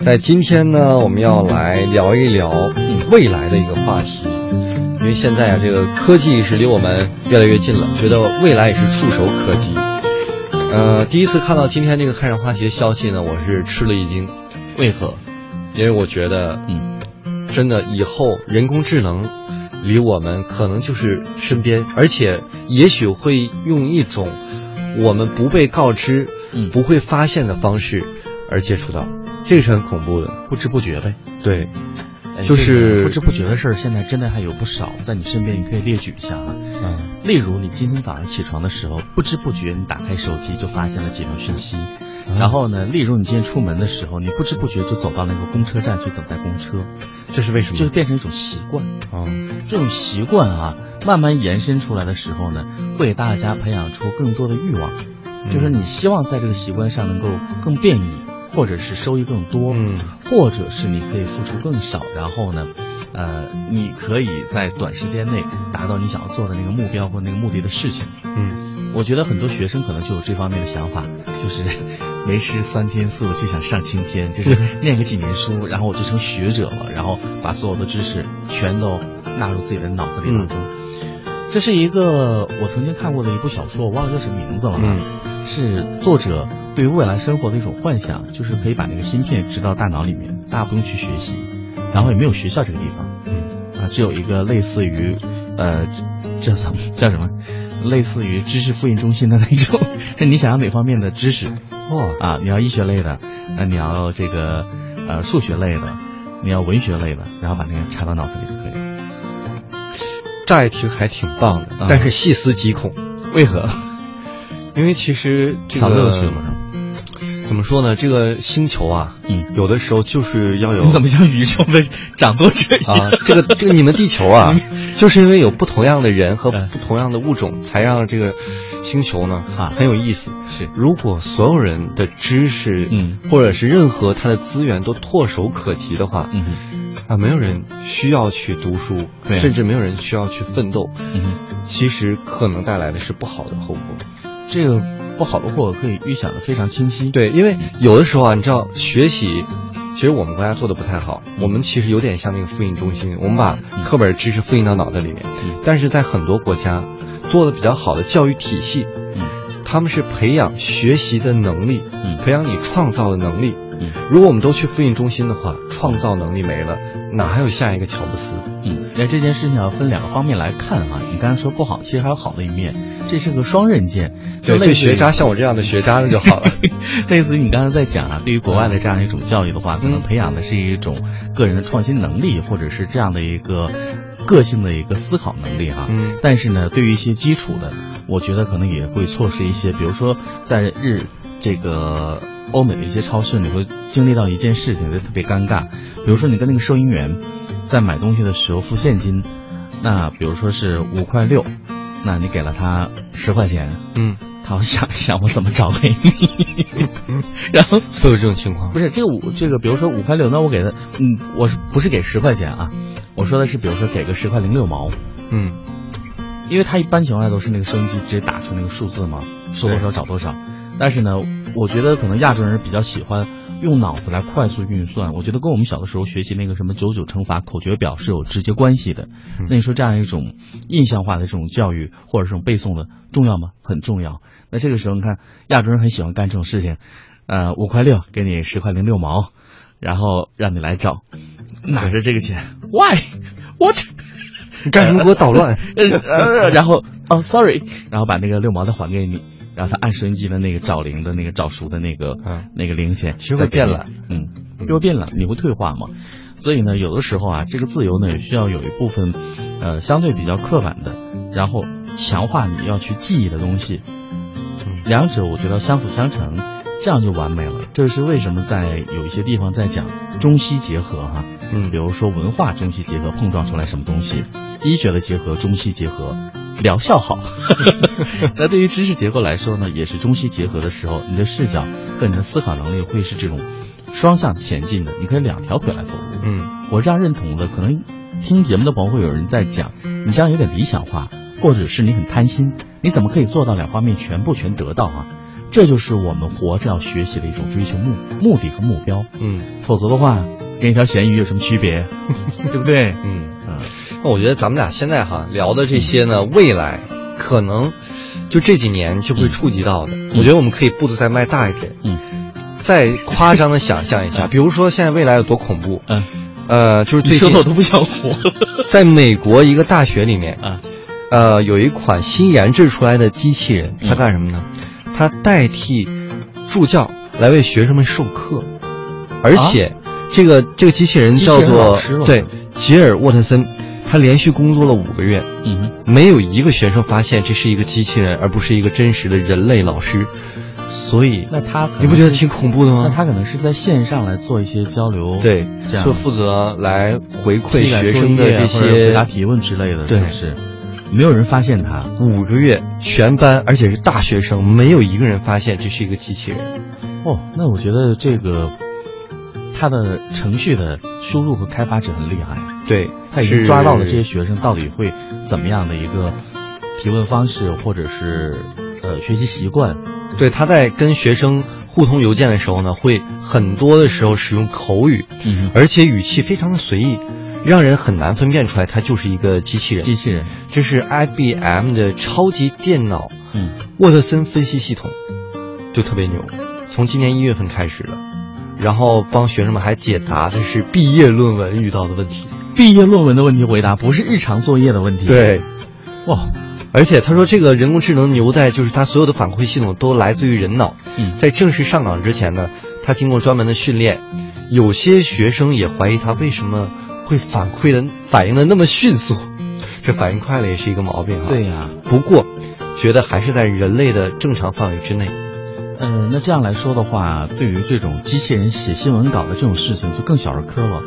在今天呢，我们要来聊一聊嗯未来的一个话题，因为现在啊，这个科技是离我们越来越近了，觉得未来也是触手可及。呃，第一次看到今天这个开展话题的消息呢，我是吃了一惊，为何？因为我觉得，嗯，真的以后人工智能离我们可能就是身边，而且也许会用一种我们不被告知、嗯不会发现的方式而接触到，这个是很恐怖的。不知不觉呗，对，哎就是这个不知不觉的事儿，现在真的还有不少，在你身边你可以列举一下啊。嗯，例如，你今天早上起床的时候，不知不觉你打开手机就发现了几条讯息，嗯然后呢，例如你今天出门的时候，你不知不觉就走到那个公车站去等待公车，这是为什么？就是变成一种习惯。啊，这种习惯啊，慢慢延伸出来的时候呢，会给大家培养出更多的欲望，就是你希望在这个习惯上能够更便利，或者是收益更多。嗯或者是你可以付出更少，然后呢，呃，你可以在短时间内达到你想要做的那个目标或那个目的的事情。嗯，我觉得很多学生可能就有这方面的想法，就是 没事三天四五就想上青天，就是念个几年书，然后我就成学者了，然后把所有的知识全都纳入自己的脑子里当中。这是一个我曾经看过的一部小说，我忘了叫什么名字了啊。嗯是作者对未来生活的一种幻想，就是可以把那个芯片植到大脑里面，大家不用去学习，然后也没有学校这个地方嗯啊，只有一个类似于，呃，这叫什么叫什么，类似于知识复印中心的那种， 是你想要哪方面的知识哦，啊？你要医学类的，那你要这个呃数学类的，你要文学类的，然后把那个插到脑子里就可以了。乍一听还挺棒的，啊但是细思极恐，为何？因为其实这少个乐趣了是吧？怎么说呢？这个星球啊，嗯，有的时候就是要有 你怎么像宇宙的掌舵者一啊，样？这个这个你们地球 啊，就是因为有不同样的人和嗯不同样的物种，才让这个星球呢啊很有意思。是如果所有人的知识，嗯，或者是任何他的资源都唾手可及的话，嗯哼啊，没有人需要去读书，对啊甚至没有人需要去奋斗，嗯哼。其实可能带来的是不好的后果。这个不好的货可以预想的非常清晰。，对，因为有的时候啊，你知道学习，其实我们国家做的不太好，嗯我们其实有点像那个复印中心，我们把课本知识复印到脑袋里面。嗯但是在很多国家，做的比较好的教育体系，嗯他们是培养学习的能力，嗯培养你创造的能力。嗯如果我们都去复印中心的话，创造能力没了，哪还有下一个乔布斯？嗯。那这件事情要分两个方面来看啊。你刚才说不好，其实还有好的一面，这是个双刃剑。就对，类对，似于学渣，像我这样的学渣那就好 了。类似于你刚才在讲啊，对于国外的这样一种教育的话，可嗯能培养的是一种个人的创新能力，或者是这样的一个个性的一个思考能力啊。嗯但是呢，对于一些基础的，我觉得可能也会错失一些，比如说在日这个欧美的一些超市，你会经历到一件事情就特别尴尬，比如说你跟那个收银员在买东西的时候付现金，那比如说是五块六，那你给了他十块钱，嗯，他要想一想我怎么找回你，然后会有这种情况不。是这个五这个，比如说五块六，那我给他，嗯，我是不是给十块钱啊？我说的是，比如说给个十块零六毛，嗯，因为他一般情况下都是那个收音机直接打出那个数字嘛，说多少找多少。但是呢，我觉得可能亚洲人比较喜欢用脑子来快速运算，我觉得跟我们小的时候学习那个什么九九乘法口诀表是有直接关系的。嗯那你说这样一种印象化的这种教育或者这种背诵的重要吗？很重要。那这个时候你看，亚洲人很喜欢干这种事情，呃，五块六给你十块零六毛，然后让你来找，拿着这个钱，why what？你干什么给我捣 乱？呃，然后哦，sorry，然后把那个六毛的还给你，然后他按收音机的那个找零的那个找赎的那个、嗯那个零钱，其实会变懒，嗯，就会变懒，你会退化嘛。所以呢，有的时候啊，这个自由呢也需要有一部分，呃，相对比较刻板的，然后强化你要去记忆的东西，嗯两者我觉得相辅相成，这样就完美了。这是为什么在有一些地方在讲中西结合哈、嗯比如说文化中西结合碰撞出来什么东西，医学的结合中西结合，疗效好。 那对于知识结构来说呢，也是中西结合的时候，你的视角和你的思考能力会是这种双向前进的，你可以两条腿来走路。嗯，我这样认同的，可能听节目的朋友会有人在讲，你这样有点理想化，或者是你很贪心，你怎么可以做到两方面全部全得到啊？这就是我们活着要学习的一种追求目目的和目标。嗯否则的话，跟一条咸鱼有什么区 别？对不对？嗯，嗯，那我觉得咱们俩现在哈聊的这些呢，未来可能就这几年就会触及到的。我觉得我们可以步子再迈大一 点，嗯，再夸张的想象一下，比如说现在未来有多恐怖，嗯，呃，就是你最说的我近都不想活 了。在美国一个大学里面，啊，呃，有一款新研制出来的机器人，它嗯干什么呢？它代替助教来为学生们授课，而且这个、这个机器人啊机器叫人做老师了对吉尔沃特森，他连续工作了五个月，嗯哼，没有一个学生发现这是一个机器人，而不是一个真实的人类老师，所以那他可能嗯你不觉得是挺恐怖的吗？那他可能是在线上来做一些交流，对这，样就负责来回馈批改学生的作业这啊或者些回答提问之类的，对是不是？没有人发现他，五个月，全班而且是大学生，没有一个人发现这是一个机器人。哦，那我觉得这个他的程序的输入和开发者很厉害，对，他已经抓到了这些学生到底会怎么样的一个提问方式，或者是呃学习习惯，对，他在跟学生互通邮件的时候呢，会很多的时候使用口语，嗯哼，而且语气非常的随意，让人很难分辨出来他就是一个机器人。机器人，这是 IBM 的超级电脑嗯，沃特森分析系统，就特别牛，从今年一月份开始的，然后帮学生们还解答的是毕业论文遇到的问题。毕业论文的问题回答不是日常作业的问题，，对，哇，而且他说，这个人工智能牛在就是它所有的反馈系统都来自于人脑。嗯在正式上岗之前呢，他经过专门的训练，有些学生也怀疑他为什么会反馈的反应的那么迅速， 这反应快了也是一个毛病啊。对，呀、不过觉得还是在人类的正常范围之内。呃，那这样来说的话，对于这种机器人写新闻稿的这种事情就更小儿科了。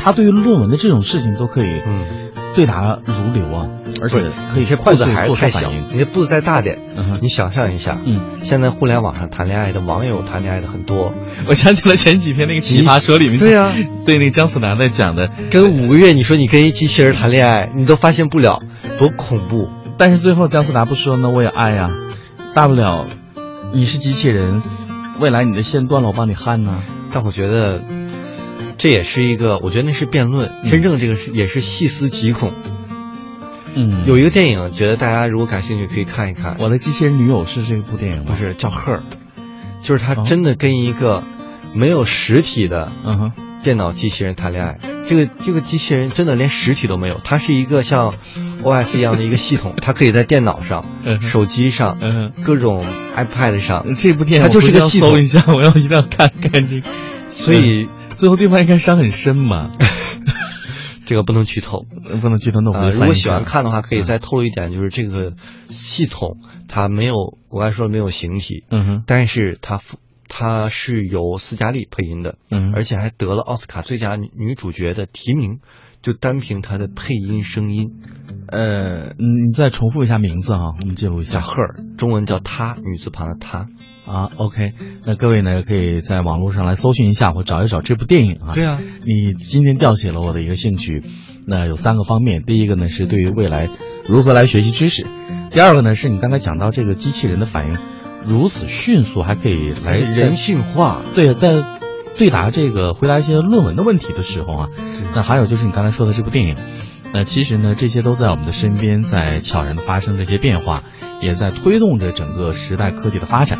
他对于论文的这种事情都可以嗯，对答如流啊，而且可你以这快步子速还是做出太反小，应。你这步子再大点。嗯哼你想象一下，嗯， 现在互联网上谈恋爱的网友谈恋爱的很多，我想起了前几天那个《奇葩说》里面，对呀 对那个姜思达在讲的，跟五个月你说你跟一机器人谈恋爱，你都发现不了，多恐怖！但是最后姜思达不说呢，我也爱呀、大不了你是机器人，未来你的线断了我帮你焊呐、但我觉得这也是一个，我觉得那是辩论，嗯真正这个是也是细思极恐。嗯，有一个电影，觉得大家如果感兴趣可以看一看，我的机器人女友是这部电影吗？不，是叫《Her》，就是他哦真的跟一个没有实体的嗯哼，电脑机器人谈恋爱。这个这个机器人真的连实体都没有，它是一个像 OS 一样的一个系统，它可以在电脑上、嗯哼手机上、嗯哼。各种 iPad 上，这部电影它就是个我回去系要统搜一下，我要一定要看看这个。所以最后对方应该伤很深 嘛，这个不能剧透。呃不能剧透那我呃，回如去果翻一喜下嗯欢，看的话，可以再透露一点，就是这个系统它没有，我刚才说了没有形体，嗯哼，但是它附它是由斯嘉丽配音的，嗯哼，而且还得了奥斯卡最佳女女主角的提名，就单凭她的配音声音，呃，嗯你再重复一下名字哈，我们记录一叫下 her，中文叫她，女字旁的她。啊。OK，那各位呢可以在网络上来搜寻一下或找一找这部电影啊。对啊，你今天吊起了我的一个兴趣，那有三个方面，第一个呢是对于未来如何来学习知识，第二个呢是你刚才讲到这个机器人的反应如此迅速，还可以来而且人性化，对，在对答这个回答一些论文的问题的时候啊，那还有就是你刚才说的这部电影，那其实呢，这些都在我们的身边，在悄然的发生这些变化，也在推动着整个时代科技的发展。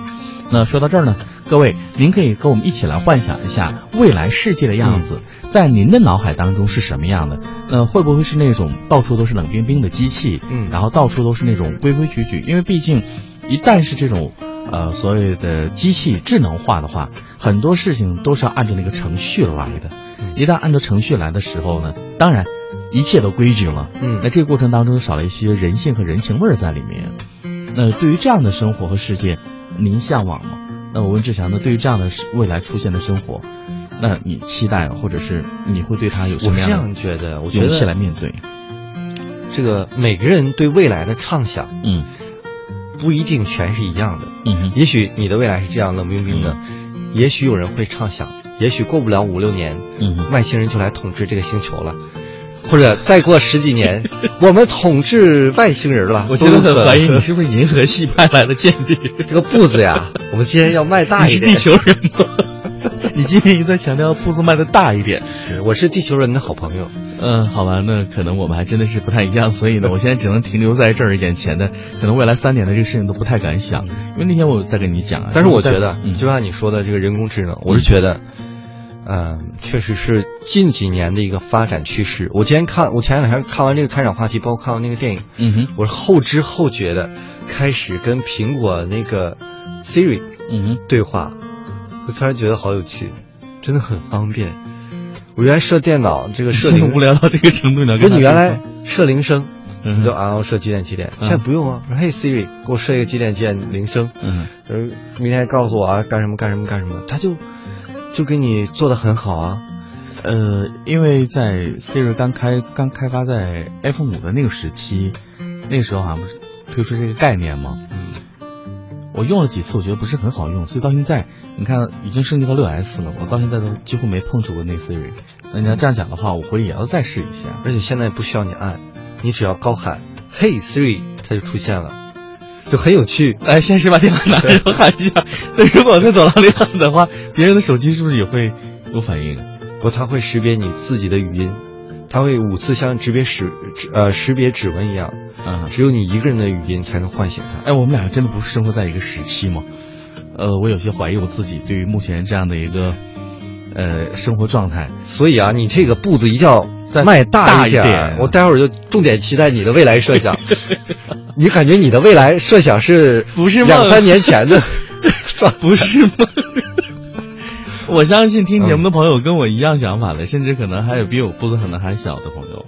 那说到这儿呢，各位，您可以跟我们一起来幻想一下未来世界的样子，在您的脑海当中是什么样的？那会不会是那种到处都是冷冰冰的机器，嗯然后到处都是那种规规矩矩？因为毕竟，一旦是这种呃所谓的机器智能化的话，很多事情都是要按照那个程序来的。嗯一旦按照程序来的时候呢，当然一切都规矩了，嗯那这个过程当中少了一些人性和人情味儿在里面。那对于这样的生活和世界，您向往吗？那我问志强呢，对于这样的未来出现的生活，那你期待或者是你会对它有什我么是这样样的觉得，我觉勇气来得面对？这个每个人对未来的畅想嗯不一定全是一样的。嗯哼也许你的未来是这样冷冰冰的，也许有人会畅想，也许过不了五六年，嗯哼外星人就来统治这个星球了。或者再过十几 年，我们统治外星人了。我真的都很可怀疑你是不是银河系派来的间谍，这个步子 呀，我们今天要迈大你一是点地。球人吗？ 你今天一再强调步子迈的大一点，是我是地球人的好朋友，嗯，好吧，那可能我们还真的是不太一样，所以 呢，我现在只能停留在这儿眼前的，可能未来三年的这个事情都不太敢想，因为那天我在跟你讲啊，但是我觉得，嗯，就按你说的这个人工智能，我是觉得，嗯，确实是近几年的一个发展趋势。我今天看，我前两天看完这个开场话题，包括看完那个电影，嗯哼，我是后知后觉的开始跟苹果那个 Siri 嗯 哼，对话，我突然觉得好有趣，真的很方便。我原来设电脑这个设真铃的 无聊到这个程度呢，不是跟你原他说来设铃声，嗯你都啊我设几点几点，现在不用啊。我说嘿 Siri，给我设一个几点几点铃声，嗯，就是明天告诉我啊干什么干什么干什么，他就就给你做的很好啊。呃，因为在 Siri 刚开刚开发在 iPhone 五的那个时期，那个时候好像不是推出这个概念嘛，嗯，我用了几次，我觉得不是很好用，所以到现在你看已经升级到六 S 了，我到现在都几乎没碰触过那 Siri。那你要这样讲的话，我回去也要再试一下。而且现在不需要你按，你只要高喊嘿 Siri，它就出现了，就很有趣。哎，先是把电话拿着我喊一下，那如果我在走廊里喊的 话，别人的手机是不是也会有反应？啊不，它会识别你自己的语音，它会五次像识别指指呃识别指纹一样，啊，只有你一个人的语音才能唤醒它。哎，我们俩真的不是生活在一个时期吗？呃，我有些怀疑我自己对于目前这样的一个呃生活状态。所以啊，你这个步子一定要再迈大大一点儿。点我待会儿就重点期待你的未来设 想。你感觉你的未来设想是不是梦两三年前 的？是吧？不是 吗？嗯我相信听节目的朋友跟我一样想法的，甚至可能还有比我步子可能还小的朋友。